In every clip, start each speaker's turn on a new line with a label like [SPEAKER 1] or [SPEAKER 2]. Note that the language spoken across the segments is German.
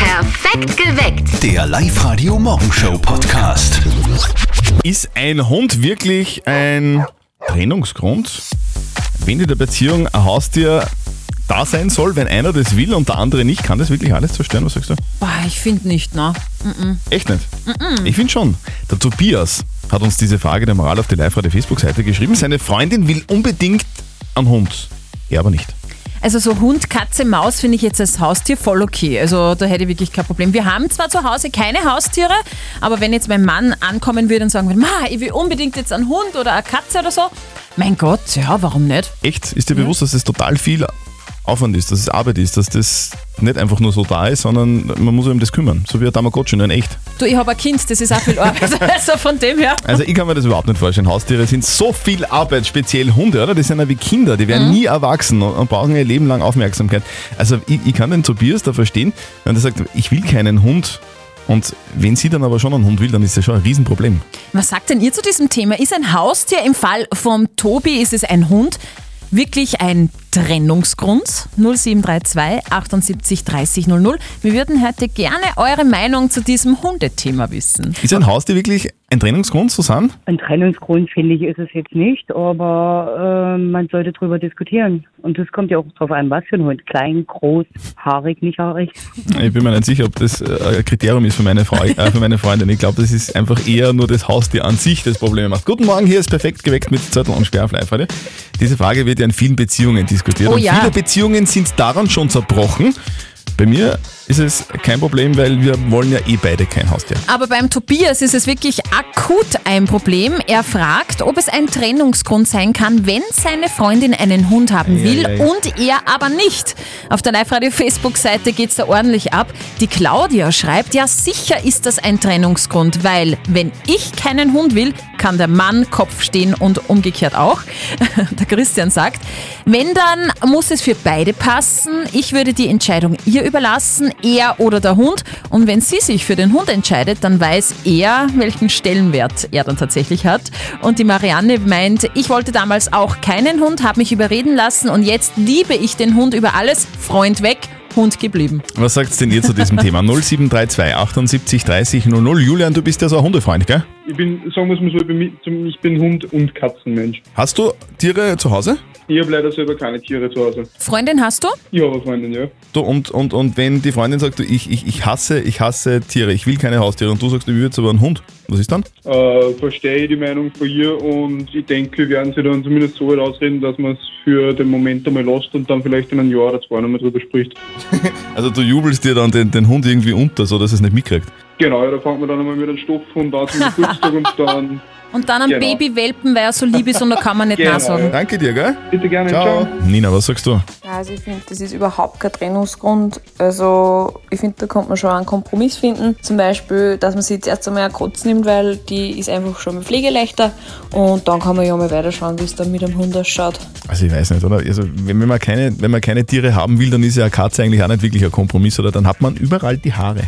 [SPEAKER 1] Perfekt geweckt.
[SPEAKER 2] Der Live-Radio Morgenshow Podcast.
[SPEAKER 3] Ist ein Hund wirklich ein Trennungsgrund? Wenn in der Beziehung ein Haustier da sein soll, wenn einer das will und der andere nicht, kann das wirklich alles zerstören? Was sagst du?
[SPEAKER 4] Boah, ich finde nicht, ne?
[SPEAKER 3] Echt nicht? Ich finde schon. Der Tobias hat uns diese Frage der Moral auf die Live-Radio Facebook-Seite geschrieben. Seine Freundin will unbedingt einen Hund. Er aber nicht.
[SPEAKER 4] Also so Hund, Katze, Maus finde ich jetzt als Haustier voll okay. Also da hätte ich wirklich kein Problem. Wir haben zwar zu Hause keine Haustiere, aber wenn jetzt mein Mann ankommen würde und sagen würde, Ma, ich will unbedingt jetzt einen Hund oder eine Katze oder so, mein Gott, ja, warum nicht?
[SPEAKER 3] Echt? Ist dir bewusst, dass das total viel Aufwand ist, dass es Arbeit ist, dass das nicht einfach nur so da ist, sondern man muss sich um das kümmern. So wie ein Tamagotchi, nur in echt.
[SPEAKER 4] Du, ich habe ein Kind, das ist auch viel Arbeit. Also von dem her.
[SPEAKER 3] Also ich kann mir das überhaupt nicht vorstellen. Haustiere sind so viel Arbeit, speziell Hunde, oder? Die sind ja wie Kinder, die werden nie erwachsen und, und brauchen ihr Leben lang Aufmerksamkeit. Also ich, ich kann den Tobias da verstehen, wenn er sagt, ich will keinen Hund. Und wenn sie dann aber schon einen Hund will, dann ist das schon ein Riesenproblem.
[SPEAKER 4] Was sagt denn ihr zu diesem Thema? Ist ein Haustier im Fall vom Tobi, ist es ein Hund, wirklich ein Trennungsgrund? 0732 78 30 00. Wir würden heute gerne eure Meinung zu diesem Hundethema wissen.
[SPEAKER 3] Ist ein Haustier wirklich ein Trennungsgrund, Susanne?
[SPEAKER 5] Ein Trennungsgrund, finde ich, ist es jetzt nicht, aber äh, man sollte drüber diskutieren. Und das kommt ja auch drauf an, was für ein Hund. Klein, groß, haarig, nicht haarig.
[SPEAKER 3] Ich bin mir nicht sicher, ob das äh, ein Kriterium ist für meine, Frau, äh, für meine Freundin. Ich glaube, das ist einfach eher nur das Haustier an sich, das Probleme macht. Guten Morgen, hier ist perfekt geweckt mit Zettel und Sperr auf live heute. Diese Frage wird ja in vielen Beziehungen diskutiert.
[SPEAKER 4] Oh
[SPEAKER 3] und
[SPEAKER 4] ja.
[SPEAKER 3] viele Beziehungen sind daran schon zerbrochen. Bei mir ist es kein Problem, weil wir wollen ja eh beide kein Haustier.
[SPEAKER 4] Aber beim Tobias ist es wirklich akut ein Problem. Er fragt, ob es ein Trennungsgrund sein kann, wenn seine Freundin einen Hund haben will
[SPEAKER 3] ei, ei.
[SPEAKER 4] und er aber nicht. Auf der Live-Radio-Facebook-Seite geht es da ordentlich ab. Die Claudia schreibt, ja sicher ist das ein Trennungsgrund, weil wenn ich keinen Hund will, kann der Mann Kopf stehen und umgekehrt auch. Der Christian sagt, wenn dann muss es für beide passen. Ich würde die Entscheidung ihr überlassen, er oder der Hund. Und wenn sie sich für den Hund entscheidet, dann weiß er, welchen Stellenwert er dann tatsächlich hat. Und die Marianne meint, ich wollte damals auch keinen Hund, habe mich überreden lassen und jetzt liebe ich den Hund über alles. Freund weg, Hund geblieben.
[SPEAKER 3] Was sagt's denn ihr zu diesem Thema? 0732 78 30 00. Julian, du bist ja so ein Hundefreund, gell?
[SPEAKER 6] Ich bin, sagen wir es mal so, ich bin, mit- zum- ich bin Hund- und Katzenmensch.
[SPEAKER 3] Hast du Tiere zu Hause?
[SPEAKER 6] Ich habe leider selber keine Tiere zu Hause.
[SPEAKER 4] Freundin hast du?
[SPEAKER 6] Ich habe eine Freundin, ja.
[SPEAKER 3] Du, und, und, und wenn die Freundin sagt, du, ich, ich, ich hasse, ich hasse Tiere, ich will keine Haustiere und du sagst, du willst aber einen Hund, was ist dann?
[SPEAKER 6] Äh, verstehe ich die Meinung von ihr und ich denke, wir werden sie dann zumindest so weit ausreden, dass man es für den Moment einmal lässt und dann vielleicht in einem Jahr oder zwei nochmal drüber spricht.
[SPEAKER 3] Also du jubelst dir dann den, den Hund irgendwie unter, so dass es nicht mitkriegt.
[SPEAKER 6] Genau, ja, da fangen wir dann einmal mit einem Stoffhund an zum Geburtstag und dann
[SPEAKER 4] Und dann am
[SPEAKER 6] Genau.
[SPEAKER 4] Babywelpen, weil er so lieb ist und da kann man nicht
[SPEAKER 6] Genau,
[SPEAKER 4] genau. sagen.
[SPEAKER 3] Danke dir, gell?
[SPEAKER 6] bitte gerne ciao.
[SPEAKER 3] Nina, was sagst du?
[SPEAKER 7] Ja, Also ich finde, das ist überhaupt kein Trennungsgrund. Also ich finde, da kommt man schon einen Kompromiss finden. Zum Beispiel, dass man sich jetzt erst einmal eine Katze nimmt, weil die ist einfach schon mal pflegeleichter. Und dann kann man ja mal weiterschauen, wie es dann mit dem Hund ausschaut.
[SPEAKER 3] Also ich weiß nicht, oder? Also wenn wenn man keine, wenn man keine Tiere haben will, dann ist ja eine Katze eigentlich auch nicht wirklich ein Kompromiss, oder? Dann hat man überall die Haare.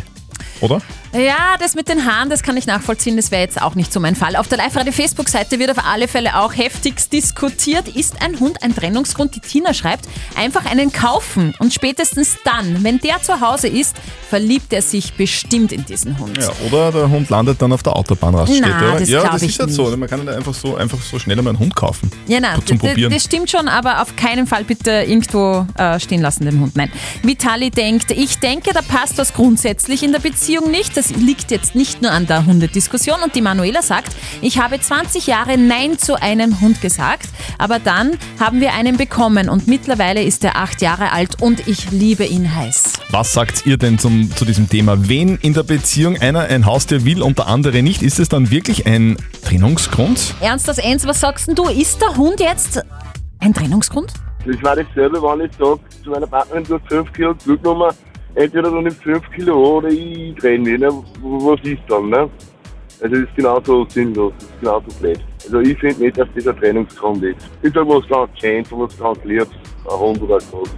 [SPEAKER 3] Oder?
[SPEAKER 4] Ja, das mit den Haaren, das kann ich nachvollziehen, das wäre jetzt auch nicht so mein Fall. Auf der Live-Radio-Facebook-Seite wird auf alle Fälle auch heftigst diskutiert. Ist ein Hund ein Trennungsgrund? Die Tina schreibt, einfach einen kaufen und spätestens dann, wenn der zu Hause ist, verliebt er sich bestimmt in diesen Hund.
[SPEAKER 3] Ja, oder der Hund landet dann auf der Autobahnraststätte,
[SPEAKER 4] Na,
[SPEAKER 3] oder?
[SPEAKER 4] das
[SPEAKER 3] ja,
[SPEAKER 4] glaub
[SPEAKER 3] das
[SPEAKER 4] ich
[SPEAKER 3] ist halt
[SPEAKER 4] nicht.
[SPEAKER 3] so. oder? Man kann nicht einfach so, einfach so schnell einmal einen Hund kaufen.
[SPEAKER 4] Ja, nein,
[SPEAKER 3] zum
[SPEAKER 4] d- d-
[SPEAKER 3] Probieren.
[SPEAKER 4] das stimmt schon, aber auf keinen Fall bitte irgendwo äh, stehen lassen den Hund. Nein. Vitali denkt, ich denke, da passt was grundsätzlich in der Beziehung nicht. Das liegt jetzt nicht nur an der Hundediskussion. Und die Manuela sagt, ich habe 20 Jahre Nein zu einem Hund gesagt, aber dann haben wir einen bekommen und mittlerweile ist er acht Jahre alt und ich liebe ihn heiß.
[SPEAKER 3] Was sagt ihr denn zum, zu diesem Thema? Wenn in der Beziehung einer ein Haustier will und der andere nicht, ist es dann wirklich ein Trennungsgrund?
[SPEAKER 4] Ernst aus Ernst, was sagst denn du? Ist der Hund jetzt ein Trennungsgrund?
[SPEAKER 8] Das war dasselbe, wenn ich sage zu meiner Partnerin, du hast 5 Kilo zugenommen, entweder du nimmst 5 Kilo an oder ich trenne dich. Ne? Was ist dann? Ne? Also das ist genauso sinnlos, das ist genauso blöd. Also ich finde nicht, dass das ein Trennungsgrund ist. Ich sage, was ganz schämt und was ganz lieb, ein Hund oder ein Groß.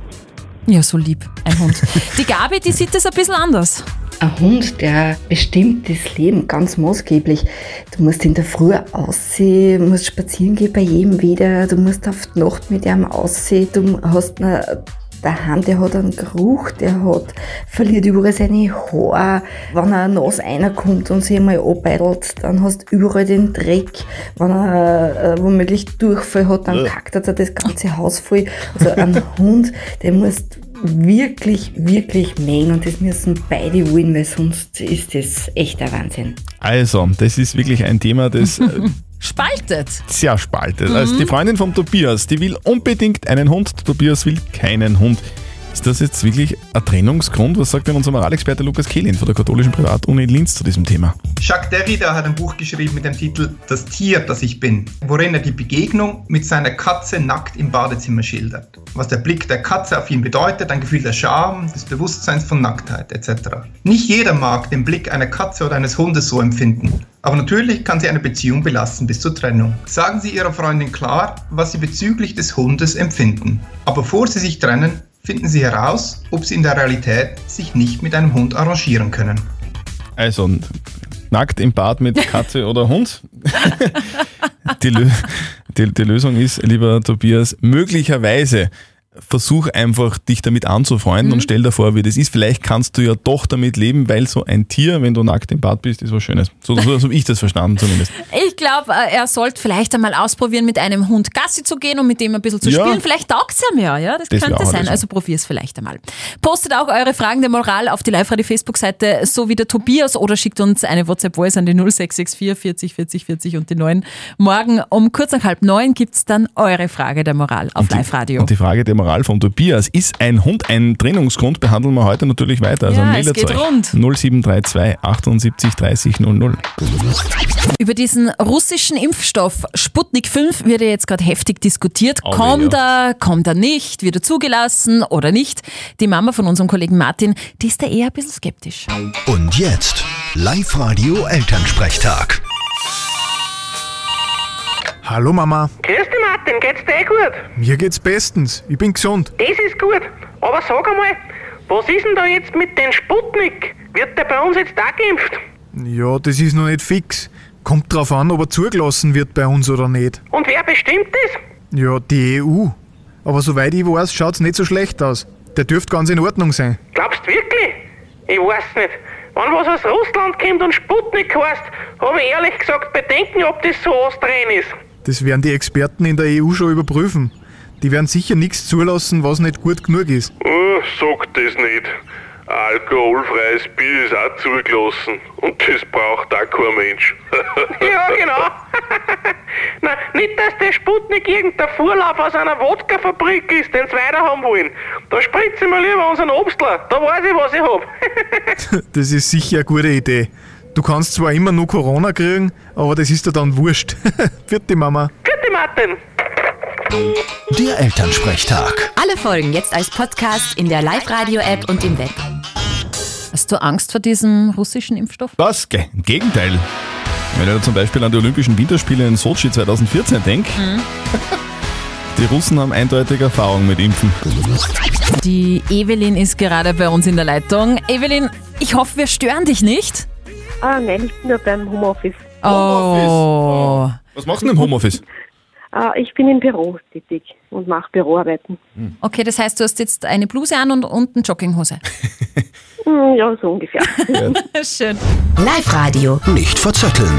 [SPEAKER 4] Ja, so lieb, ein Hund. Die Gabi, die sieht das ein bisschen anders.
[SPEAKER 9] Ein Hund, der bestimmt das Leben ganz maßgeblich. Du musst in der Früh aussehen, musst spazieren gehen bei jedem wieder, du musst auf die Nacht mit ihm aussehen, du hast eine daheim, der hat einen Geruch, der hat, verliert überall seine Haare. Wenn er nass reinkommt und sich einmal abbeidelt, dann hast du überall den Dreck. Wenn er äh, womöglich Durchfall hat, dann kackt er dir das ganze Haus voll. Also ein Hund, der muss wirklich, wirklich mähen und das müssen beide wollen, weil sonst ist das echt ein Wahnsinn.
[SPEAKER 3] Also, das ist wirklich ein Thema, das äh,
[SPEAKER 4] Spaltet.
[SPEAKER 3] sehr spaltet. Also, die Freundin von Tobias, die will unbedingt einen Hund, Tobias will keinen Hund. Ist das jetzt wirklich ein Trennungsgrund? Was sagt denn unser Moralexperte Lukas Kehlin von der katholischen Privatuni Linz zu diesem Thema?
[SPEAKER 10] Jacques Derrida hat ein Buch geschrieben mit dem Titel Das Tier, das ich bin, worin er die Begegnung mit seiner Katze nackt im Badezimmer schildert. Was der Blick der Katze auf ihn bedeutet, ein Gefühl der Scham, des Bewusstseins von Nacktheit etc. Nicht jeder mag den Blick einer Katze oder eines Hundes so empfinden. Aber natürlich kann sie eine Beziehung belasten bis zur Trennung. Sagen Sie Ihrer Freundin klar, was Sie bezüglich des Hundes empfinden. Aber bevor Sie sich trennen, finden Sie heraus, ob Sie in der Realität sich nicht mit einem Hund arrangieren können.
[SPEAKER 3] Also, n- nackt im Bad mit Katze oder Hund. die, Lö die, die Lösung ist, lieber Tobias, möglicherweise versuch einfach, dich damit anzufreunden
[SPEAKER 4] Mhm.
[SPEAKER 3] und stell dir vor, wie das ist. Vielleicht kannst du ja doch damit leben, weil so ein Tier, wenn du nackt im Bad bist, ist was Schönes. So, so, so habe ich das verstanden zumindest.
[SPEAKER 4] Ich glaube, er sollte vielleicht einmal ausprobieren, mit einem Hund Gassi zu gehen und mit dem ein bisschen zu
[SPEAKER 3] Ja.
[SPEAKER 4] spielen. Vielleicht taugt es ihm ja, ja. Das,
[SPEAKER 3] Das wär auch
[SPEAKER 4] könnte
[SPEAKER 3] eine
[SPEAKER 4] sein.
[SPEAKER 3] Lösung.
[SPEAKER 4] Also probier es vielleicht einmal. Postet auch eure Fragen der Moral auf die Live-Radio-Facebook-Seite, so wie der Tobias, oder schickt uns eine WhatsApp-Voice an die 0664 40 40 40 und die 9. Morgen um kurz nach halb neun gibt es dann eure Frage der Moral auf Live-Radio.
[SPEAKER 3] Und die Frage der Moral von Tobias, ist ein Hund ein Trennungsgrund, behandeln wir heute natürlich weiter. Also
[SPEAKER 4] Ja, es
[SPEAKER 3] meldet
[SPEAKER 4] geht
[SPEAKER 3] euch.
[SPEAKER 4] rund.
[SPEAKER 3] 0732 78 30 00.
[SPEAKER 4] Über diesen russischen Impfstoff Sputnik 5 wird ja jetzt gerade heftig diskutiert.
[SPEAKER 3] Auweh,
[SPEAKER 4] kommt er, kommt er nicht, wird er zugelassen oder nicht? Die Mama von unserem Kollegen Martin, die ist da eher ein bisschen skeptisch.
[SPEAKER 2] Und jetzt Live-Radio Elternsprechtag.
[SPEAKER 11] Hallo Mama,
[SPEAKER 12] Grüß dich Martin, geht's dir eh gut?
[SPEAKER 11] mir geht's bestens. Ich bin gesund.
[SPEAKER 12] Das ist gut. Aber sag einmal, was ist denn da jetzt mit dem Sputnik? Wird der bei uns jetzt auch geimpft?
[SPEAKER 11] Ja, das ist noch nicht fix. Kommt drauf an, ob er zugelassen wird bei uns oder nicht.
[SPEAKER 12] Und wer bestimmt das?
[SPEAKER 11] Ja, die EU. Aber soweit ich weiß, schaut's nicht so schlecht aus. Der dürfte ganz in Ordnung sein.
[SPEAKER 12] Glaubst du wirklich? Ich weiß nicht. Wenn was aus Russland kommt und Sputnik heißt, habe ich ehrlich gesagt Bedenken, ob das so astrein ist.
[SPEAKER 11] Das werden die Experten in der EU schon überprüfen. Die werden sicher nichts zulassen, was nicht gut genug ist.
[SPEAKER 10] Oh, sag das nicht. Alkoholfreies Bier ist auch zugelassen. Und das braucht auch kein Mensch.
[SPEAKER 12] Ja, genau. Nein, nicht, dass der Sputnik irgendein Vorlauf aus einer Wodkafabrik ist, den sie weiterhaben wollen. Da spritze ich mir lieber unseren Obstler. Da weiß ich, was ich hab.
[SPEAKER 11] Das ist sicher eine gute Idee. Du kannst zwar immer nur Corona kriegen, aber das ist dir dann wurscht. Vierte Mama.
[SPEAKER 12] Bitte, Martin.
[SPEAKER 2] Der Elternsprechtag.
[SPEAKER 13] Alle Folgen jetzt als Podcast in der Live-Radio-App und im Web.
[SPEAKER 4] Hast du Angst vor diesem russischen Impfstoff?
[SPEAKER 3] Was? Ge Im Gegenteil. Wenn ich da zum Beispiel an die Olympischen Winterspiele in Sochi 2014 denke,
[SPEAKER 2] Mhm.
[SPEAKER 3] die Russen haben eindeutige Erfahrung mit Impfen.
[SPEAKER 4] Die Evelyn ist gerade bei uns in der Leitung. Evelyn, ich hoffe, wir stören dich nicht.
[SPEAKER 12] Ah, nein, ich bin ja beim Homeoffice.
[SPEAKER 4] Oh.
[SPEAKER 3] Was machst du denn im Homeoffice?
[SPEAKER 12] Ah, ich bin im Büro tätig und mache Büroarbeiten.
[SPEAKER 4] Okay, das heißt, du hast jetzt eine Bluse an und unten Jogginghose.
[SPEAKER 12] Hm, ja, so ungefähr.
[SPEAKER 4] Schön.
[SPEAKER 13] Live-Radio.
[SPEAKER 2] Nicht verzetteln.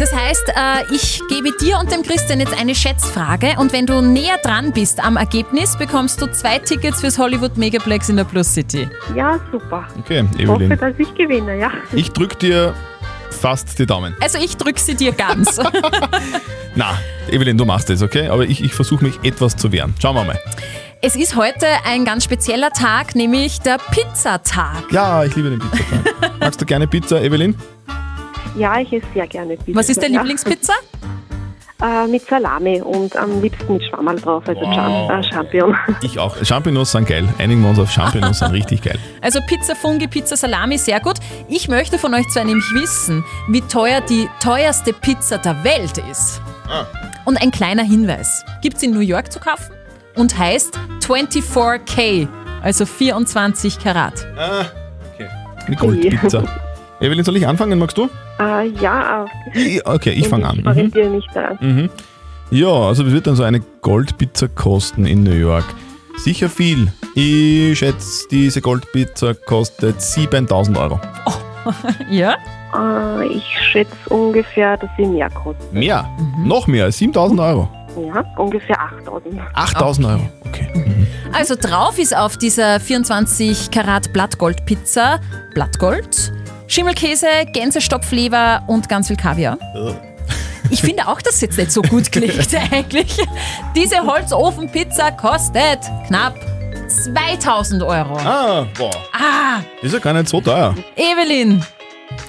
[SPEAKER 4] Das heißt, äh, ich gebe dir und dem Christian jetzt eine Schätzfrage und wenn du näher dran bist am Ergebnis, bekommst du zwei Tickets fürs Hollywood Megaplex in der Plus City.
[SPEAKER 12] ja, super.
[SPEAKER 3] Okay,
[SPEAKER 12] Hoffe,
[SPEAKER 3] Evelyn.
[SPEAKER 12] dass ich gewinne, ja.
[SPEAKER 3] Ich drück dir fast die Daumen.
[SPEAKER 4] Also ich drücke sie dir ganz.
[SPEAKER 3] Na, Evelyn, du machst das, okay? Aber ich, ich versuche mich etwas zu wehren. Schauen wir mal.
[SPEAKER 4] es ist heute ein ganz spezieller Tag, nämlich der Pizzatag.
[SPEAKER 3] Ja, ich liebe den Pizzapan. Magst du gerne Pizza, Evelyn?
[SPEAKER 12] Ja, ich esse sehr gerne Pizza.
[SPEAKER 4] Was ist deine
[SPEAKER 12] ja.
[SPEAKER 4] Lieblingspizza?
[SPEAKER 12] Äh, mit Salami und am liebsten mit Schwammerl drauf, also
[SPEAKER 3] Wow.
[SPEAKER 12] wow. äh, Champion.
[SPEAKER 3] Ich auch. Champignons sind geil. Einigen wir uns auf Champignons, sind richtig geil.
[SPEAKER 4] Also Pizza Fungi, Pizza Salami, sehr gut. Ich möchte von euch zwei nämlich wissen, wie teuer die teuerste Pizza der Welt ist. Und ein kleiner Hinweis. Gibt es in New York zu kaufen und heißt 24K, also 24 Karat.
[SPEAKER 3] Eine Goldpizza. Evelyn, soll ich anfangen? Magst du?
[SPEAKER 12] äh, ja, äh,
[SPEAKER 3] Ich- Okay, ich fange an.
[SPEAKER 12] Ich
[SPEAKER 3] Mhm.
[SPEAKER 12] variiere mich da.
[SPEAKER 3] Ja, also was wird dann so eine Goldpizza kosten in New York? Sicher viel. Ich schätze, diese Goldpizza kostet 7000 Euro.
[SPEAKER 4] Ja?
[SPEAKER 14] Äh, ich schätze ungefähr, dass sie mehr kostet.
[SPEAKER 3] Mehr?
[SPEAKER 12] Mhm.
[SPEAKER 3] Noch mehr, 7000 Euro.
[SPEAKER 14] Ja, ungefähr 8000.
[SPEAKER 3] 8000 Euro.
[SPEAKER 4] Also drauf ist auf dieser 24 Karat Blattgold-Pizza Blattgold, Schimmelkäse, Gänsestopfleber und ganz viel Kaviar. Ich finde auch, dass jetzt nicht so gut klingt eigentlich. Diese Holzofenpizza kostet knapp 2000 Euro.
[SPEAKER 3] Ah, boah.
[SPEAKER 4] Ah,
[SPEAKER 3] Ist ja gar nicht so teuer.
[SPEAKER 4] Evelyn,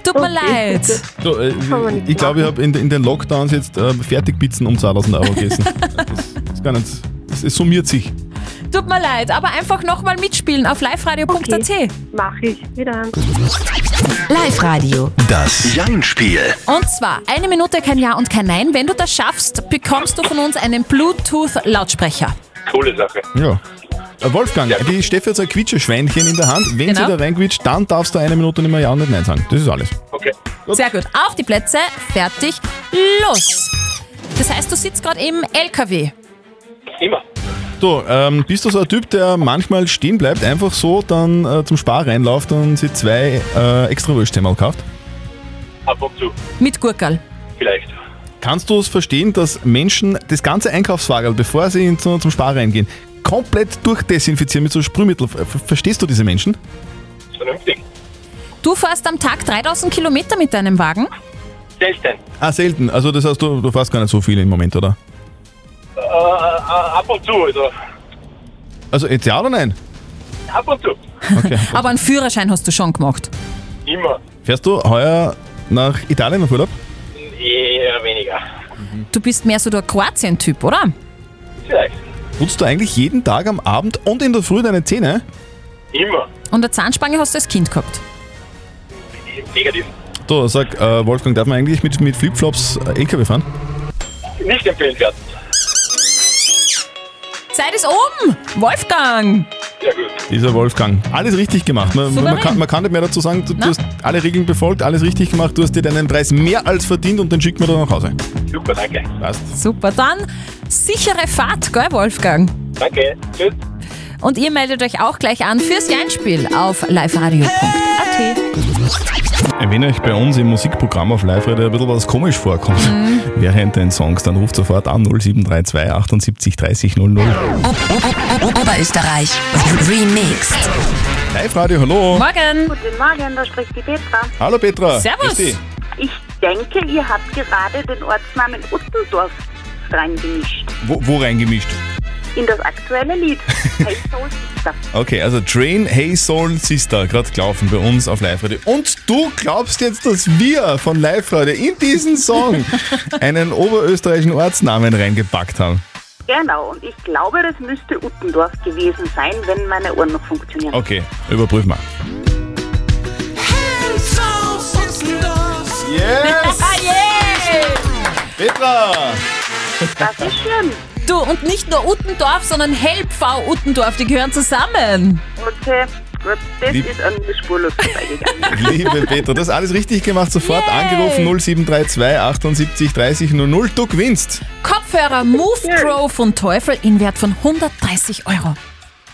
[SPEAKER 4] tut mir
[SPEAKER 3] Okay.
[SPEAKER 4] leid.
[SPEAKER 3] Du, äh,
[SPEAKER 4] Kann man nicht
[SPEAKER 3] ich glaube, ich habe in, de- in den Lockdowns jetzt äh, Fertigpizzen um 2000 Euro gegessen. das ist gar nicht. Das, es summiert sich.
[SPEAKER 4] Tut mir leid, aber einfach nochmal mitspielen auf liveradio.at.
[SPEAKER 14] Mach ich. Wieder.
[SPEAKER 4] Live Radio.
[SPEAKER 2] Das Jein-Spiel.
[SPEAKER 4] Und zwar eine Minute kein Ja und kein Nein. Wenn du das schaffst, bekommst du von uns einen Bluetooth-Lautsprecher.
[SPEAKER 15] Coole Sache.
[SPEAKER 3] Ja. Äh, Wolfgang, die Steffi hat so ein Quietscheschweinchen in der Hand. Wenn
[SPEAKER 4] Genau.
[SPEAKER 3] sie da reinquitscht, dann darfst du eine Minute nicht mehr Ja und nicht Nein sagen. Das ist alles.
[SPEAKER 4] Sehr gut. Auf die Plätze, fertig, los. Das heißt, du sitzt gerade im LKW.
[SPEAKER 3] Du, ähm, bist du so ein Typ, der manchmal stehen bleibt, einfach so, dann äh, zum Spar reinläuft und sich zwei äh, extra Würsthämmerl kauft?
[SPEAKER 15] Ab und zu,
[SPEAKER 4] Mit Gurkerl.
[SPEAKER 15] vielleicht.
[SPEAKER 3] Kannst du es verstehen, dass Menschen das ganze Einkaufswagen, bevor sie in, zu, zum Spar reingehen, komplett durchdesinfizieren mit so Sprühmittel? Ver- Verstehst du diese Menschen?
[SPEAKER 4] Du fährst am Tag 3000 Kilometer mit deinem Wagen.
[SPEAKER 15] Selten.
[SPEAKER 3] Ah, selten. Also das heißt, du, du fährst gar nicht so viel im Moment, oder?
[SPEAKER 15] Äh, äh, ab und zu, also.
[SPEAKER 3] Also jetzt ja oder nein?
[SPEAKER 15] Ab und zu.
[SPEAKER 3] Okay.
[SPEAKER 4] Aber einen Führerschein hast du schon gemacht.
[SPEAKER 15] Immer.
[SPEAKER 3] Fährst du heuer nach Italien auf Urlaub?
[SPEAKER 15] Eher weniger.
[SPEAKER 4] Du bist mehr so der Kroatien-Typ, oder?
[SPEAKER 15] Vielleicht.
[SPEAKER 3] Putzt du eigentlich jeden Tag am Abend und in der Früh deine Zähne?
[SPEAKER 15] Immer.
[SPEAKER 4] Und eine Zahnspange hast du als Kind gehabt.
[SPEAKER 15] Negativ.
[SPEAKER 3] Du, sag, äh, Wolfgang, darf man eigentlich mit, mit Flipflops äh, LKW fahren?
[SPEAKER 15] Nicht empfehlenswert.
[SPEAKER 4] Zeit ist um! Wolfgang!
[SPEAKER 3] Dieser Wolfgang. Alles richtig gemacht. Man,
[SPEAKER 4] Souverän.
[SPEAKER 3] man, kann, man kann nicht mehr dazu sagen, du, du
[SPEAKER 4] Na?
[SPEAKER 3] hast alle Regeln befolgt, alles richtig gemacht, du hast dir deinen Preis mehr als verdient und den schickt man dann nach Hause.
[SPEAKER 15] Super, danke.
[SPEAKER 3] Passt.
[SPEAKER 4] Super, dann sichere Fahrt, gell, Wolfgang?
[SPEAKER 15] Danke. Tschüss.
[SPEAKER 4] Und ihr meldet euch auch gleich an fürs Jeinspiel auf liveradio.at.
[SPEAKER 3] Wenn euch bei uns im Musikprogramm auf live ein bisschen was komisch vorkommt,
[SPEAKER 4] Mhm.
[SPEAKER 3] während den Songs, dann ruft sofort an 0732 78 30 00.
[SPEAKER 13] Oberösterreich. Remixed.
[SPEAKER 3] Live Radio, hallo.
[SPEAKER 4] Morgen.
[SPEAKER 14] Guten Morgen, da spricht die Petra.
[SPEAKER 3] Hallo Petra.
[SPEAKER 14] Servus.
[SPEAKER 3] Grüß dich.
[SPEAKER 14] Ich denke, ihr habt gerade den Ortsnamen Uttendorf reingemischt.
[SPEAKER 3] Wo, wo reingemischt?
[SPEAKER 14] In das aktuelle Lied. Hey Soul Sister.
[SPEAKER 3] Okay, also Train Hey Soul Sister, gerade gelaufen bei uns auf Live Radio. Und du glaubst jetzt, dass wir von Live Radio in diesen Song einen oberösterreichischen Ortsnamen reingepackt haben.
[SPEAKER 14] Genau, und ich glaube, das müsste Uttendorf gewesen sein, wenn meine Ohren noch funktionieren.
[SPEAKER 3] Okay, überprüf mal. Yes! Petra!
[SPEAKER 14] Das ist schön.
[SPEAKER 4] Du, und nicht nur Uttendorf, sondern HelpV Uttendorf, die gehören zusammen.
[SPEAKER 14] Okay, gut, das
[SPEAKER 3] Lieb-
[SPEAKER 14] ist an mir spurlos vorbeigegangen.
[SPEAKER 3] Liebe Petra, das alles richtig gemacht, sofort
[SPEAKER 4] Yay.
[SPEAKER 3] angerufen 0732 78 30 00. Du gewinnst!
[SPEAKER 4] Kopfhörer Move Pro von Teufel in Wert von 130 Euro.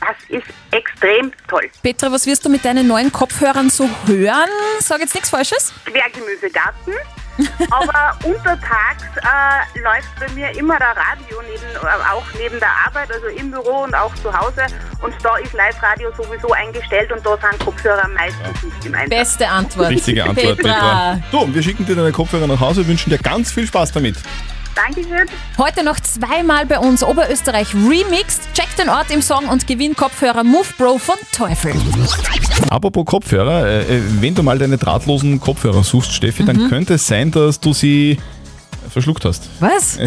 [SPEAKER 14] Das ist extrem toll.
[SPEAKER 4] Petra, was wirst du mit deinen neuen Kopfhörern so hören? Sag jetzt nichts Falsches.
[SPEAKER 14] Quergemüsegarten. Aber untertags äh, läuft bei mir immer der Radio, neben, äh, auch neben der Arbeit, also im Büro und auch zu Hause. Und da ist Live-Radio sowieso eingestellt und da sind Kopfhörer meistens nicht im Einsatz.
[SPEAKER 4] Beste Antwort.
[SPEAKER 3] Richtige Antwort, Petra. Du, wir schicken dir deine Kopfhörer nach Hause, wünschen dir ganz viel Spaß damit.
[SPEAKER 14] Dankeschön.
[SPEAKER 4] Heute noch zweimal bei uns Oberösterreich Remixed. Check den Ort im Song und gewinn Kopfhörer Move Pro von Teufel.
[SPEAKER 3] Apropos Kopfhörer, äh, äh, wenn du mal deine drahtlosen Kopfhörer suchst, Steffi, dann könnte es sein, dass du sie verschluckt hast.
[SPEAKER 4] Was?
[SPEAKER 3] Ja.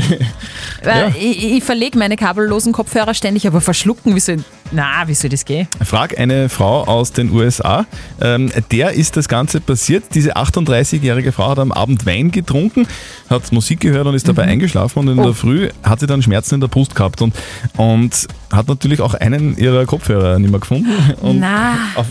[SPEAKER 4] Weil Ich, ich verlege meine kabellosen Kopfhörer ständig, aber verschlucken, wie soll, na, wie soll das gehen?
[SPEAKER 3] Frag eine Frau aus den USA, ähm, der ist das Ganze passiert. Diese 38-jährige Frau hat am Abend Wein getrunken, hat Musik gehört und ist dabei eingeschlafen und in der Früh hat sie dann Schmerzen in der Brust gehabt und, und hat natürlich auch einen ihrer Kopfhörer nicht mehr gefunden. Und
[SPEAKER 4] Na.
[SPEAKER 3] Auf,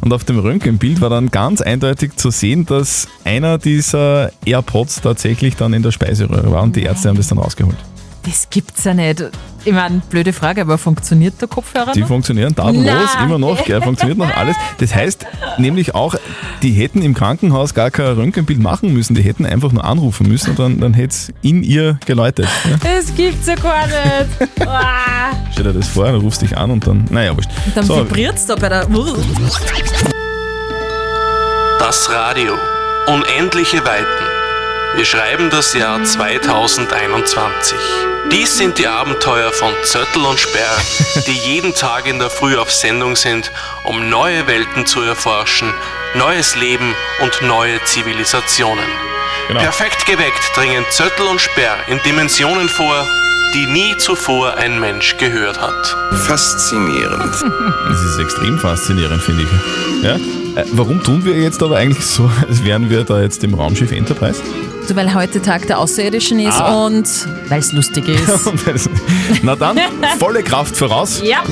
[SPEAKER 3] und auf dem Röntgenbild war dann ganz eindeutig zu sehen, dass einer dieser AirPods tatsächlich dann in der Speiseröhre war und die Ärzte haben das dann rausgeholt.
[SPEAKER 4] Das gibt's ja nicht. Ich meine, blöde Frage, aber funktioniert der Kopfhörer
[SPEAKER 3] Die
[SPEAKER 4] noch?
[SPEAKER 3] funktionieren tatenlos,
[SPEAKER 4] Nein.
[SPEAKER 3] immer noch, gell, funktioniert noch alles. Das heißt nämlich auch, die hätten im Krankenhaus gar kein Röntgenbild machen müssen, die hätten einfach nur anrufen müssen und dann, dann hätte es in ihr geläutet. Ja.
[SPEAKER 4] Das gibt's ja gar nicht. Ah.
[SPEAKER 3] Stell dir das vor, dann rufst dich an und dann, naja, wurscht.
[SPEAKER 4] Und dann
[SPEAKER 3] So,
[SPEAKER 4] vibriert's da bei der...
[SPEAKER 8] Das Radio. Unendliche Weiten. Wir schreiben das Jahr 2021. Dies sind die Abenteuer von Zöttl und Sperr, die jeden Tag in der Früh auf Sendung sind, um neue Welten zu erforschen, neues Leben und neue Zivilisationen.
[SPEAKER 3] genau.
[SPEAKER 8] Perfekt geweckt dringen Zöttl und Sperr in Dimensionen vor, die nie zuvor ein Mensch gehört hat.
[SPEAKER 3] Faszinierend. Das ist extrem faszinierend, finde ich. Ja? Äh, warum tun wir jetzt aber eigentlich so, als wären wir da jetzt im Raumschiff Enterprise?
[SPEAKER 4] So, weil heute Tag der Außerirdischen ist
[SPEAKER 3] Ah.
[SPEAKER 4] und weil es lustig ist.
[SPEAKER 3] Und das- Na dann, volle Kraft voraus.
[SPEAKER 4] ja.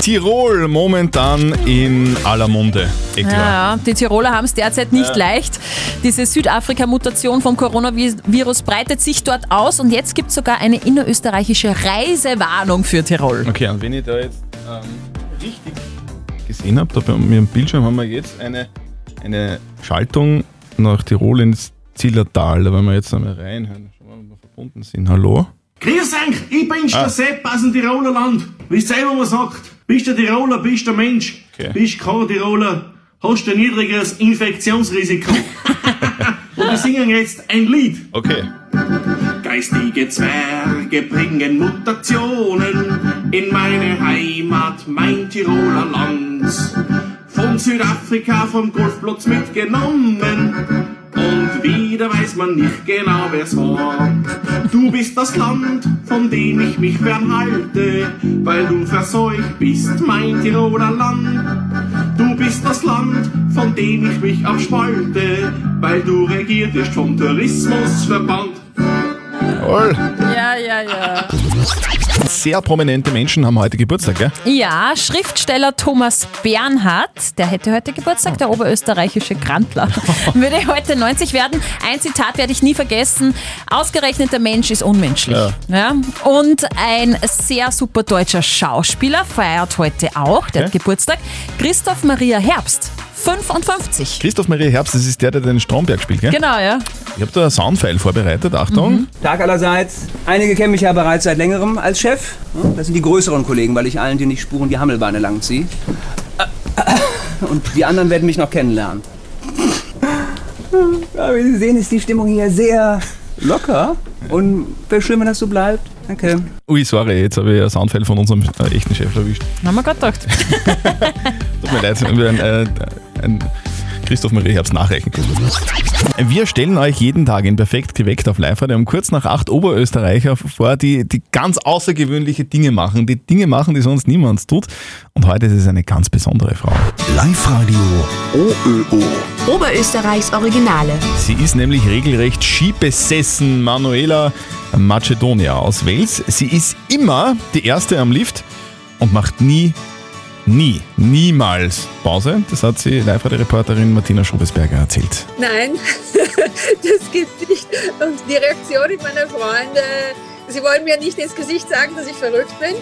[SPEAKER 3] Tirol momentan in aller Munde. Eh klar.
[SPEAKER 4] Ja, ja, die Tiroler haben es derzeit nicht
[SPEAKER 3] Ja.
[SPEAKER 4] leicht. Diese Südafrika-Mutation vom Coronavirus breitet sich dort aus und jetzt gibt es sogar eine innerösterreichische Reisewarnung für Tirol.
[SPEAKER 3] Okay, und wenn ich da jetzt ähm, richtig gesehen habe, da bei mir im Bildschirm haben wir jetzt eine, eine Schaltung nach Tirol ins Zillertal. Da wollen wir jetzt einmal reinhören. Schauen wir, ob wir verbunden sind. Hallo?
[SPEAKER 6] Grüß euch, ich bin's,
[SPEAKER 3] Ah.
[SPEAKER 6] der Sepp aus dem Tiroler Land. Wisst ihr, eh, was man sagt? Bist der Tiroler, bist der Mensch.
[SPEAKER 3] Okay.
[SPEAKER 6] Bist kein Tiroler, hast ein niedrigeres Infektionsrisiko. Und wir singen jetzt ein Lied.
[SPEAKER 3] Okay.
[SPEAKER 6] Geistige Zwerge bringen Mutationen in meine Heimat, mein Tiroler Land. Von Südafrika vom Golfplatz mitgenommen. Und wieder weiß man nicht genau, wer's war. Du bist das Land, von dem ich mich fernhalte, weil du verseucht bist, mein Tiroler Land. Du bist das Land, von dem ich mich abspalte, weil du regiert wirst vom Tourismusverband.
[SPEAKER 3] Jawohl.
[SPEAKER 4] Ja, ja, ja.
[SPEAKER 3] Sehr prominente Menschen haben heute Geburtstag, gell?
[SPEAKER 4] Ja, Schriftsteller Thomas Bernhard, der hätte heute Geburtstag, der oberösterreichische Grandler, würde heute 90 werden. Ein Zitat werde ich nie vergessen. Ausgerechnet der Mensch ist unmenschlich.
[SPEAKER 13] Ja.
[SPEAKER 4] Ja. Und ein sehr super deutscher Schauspieler feiert heute auch, der hat
[SPEAKER 3] Okay.
[SPEAKER 4] Geburtstag, Christoph Maria Herbst, 55.
[SPEAKER 3] Christoph Maria Herbst, das ist der, der den Stromberg spielt, gell?
[SPEAKER 4] Genau, ja.
[SPEAKER 3] Ich habe da einen Soundfile vorbereitet, Achtung.
[SPEAKER 16] Tag allerseits. Einige kennen mich ja bereits seit längerem als Chef. Das sind die größeren Kollegen, weil ich allen, die nicht spuren, die Hammelbeine lang ziehe. Und die anderen werden mich noch kennenlernen. Ja, wie Sie sehen, ist die Stimmung hier sehr locker. Und wäre schön, wenn das so bleibt. Danke.
[SPEAKER 3] Ui, sorry, jetzt habe ich ein Soundfile von unserem äh, echten Chef erwischt.
[SPEAKER 4] Haben wir gerade gedacht.
[SPEAKER 3] Tut mir leid, wir werden äh, ein Christoph Maria Herbst nachreichen. Wir stellen euch jeden Tag in Perfekt geweckt auf live um kurz nach acht Oberösterreicher vor, die, die ganz außergewöhnliche Dinge machen. Die Dinge machen, die sonst niemand tut. Und heute ist es eine ganz besondere Frau. Live-Radio OÖO.
[SPEAKER 13] Oberösterreichs Originale.
[SPEAKER 3] Sie ist nämlich regelrecht skibesessen, Manuela Macedonia aus Wales. Sie ist immer die Erste am Lift und macht nie, nie, niemals Pause. Das hat sie live-Reporterin Martina Schobesberger erzählt.
[SPEAKER 7] Nein, das gibt nicht. Und die Reaktion meiner Freunde, sie wollen mir nicht ins Gesicht sagen, dass ich verrückt bin.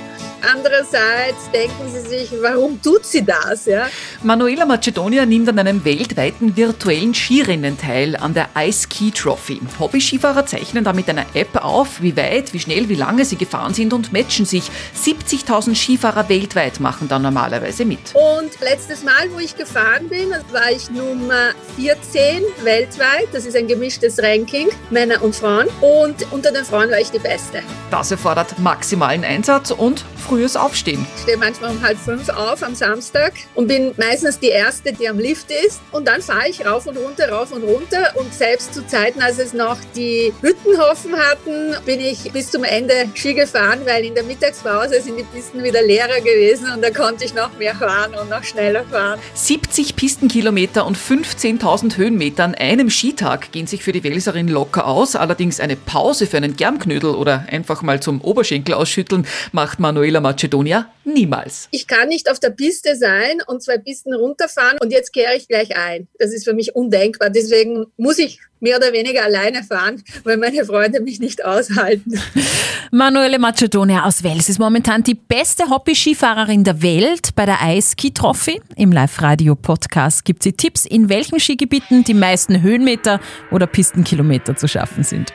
[SPEAKER 7] Andererseits denken sie sich, warum tut sie das? Ja?
[SPEAKER 17] Manuela Macedonia nimmt an einem weltweiten virtuellen Skirennen teil, an der Ice Ski Trophy. Hobby-Skifahrer zeichnen da mit einer App auf, wie weit, wie schnell, wie lange sie gefahren sind und matchen sich. 70.000 Skifahrer weltweit machen da normalerweise mit.
[SPEAKER 7] Und letztes Mal, wo ich gefahren bin, war ich Nummer 14 weltweit. Das ist ein gemischtes Ranking, Männer und Frauen. Und unter den Frauen war ich die Beste.
[SPEAKER 17] Das erfordert maximalen Einsatz und frühes Aufstehen.
[SPEAKER 7] Ich stehe manchmal um halb fünf auf am Samstag und bin meistens die Erste, die am Lift ist. Und dann fahre ich rauf und runter, rauf und runter. Und selbst zu Zeiten, als es noch die Hüttenhofen hatten, bin ich bis zum Ende Ski gefahren, weil in der Mittagspause sind die Pisten wieder leerer gewesen und da konnte ich noch mehr fahren und noch schneller fahren.
[SPEAKER 17] 70 Pistenkilometer und 15.000 Höhenmeter an einem Skitag gehen sich für die Welserin locker aus. Allerdings eine Pause für einen Germknödel oder einfach mal zum Oberschenkel ausschütteln macht Manuela Macedonia niemals.
[SPEAKER 7] Ich kann nicht auf der Piste sein und zwei Pisten runterfahren und jetzt kehre ich gleich ein. Das ist für mich undenkbar. Deswegen muss ich mehr oder weniger alleine fahren, weil meine Freunde mich nicht aushalten.
[SPEAKER 4] Manuele Macedonia aus Wels ist momentan die beste Hobby-Skifahrerin der Welt bei der Eiski-Trophy. Im Live-Radio-Podcast gibt sie Tipps, in welchen Skigebieten die meisten Höhenmeter oder Pistenkilometer zu schaffen sind.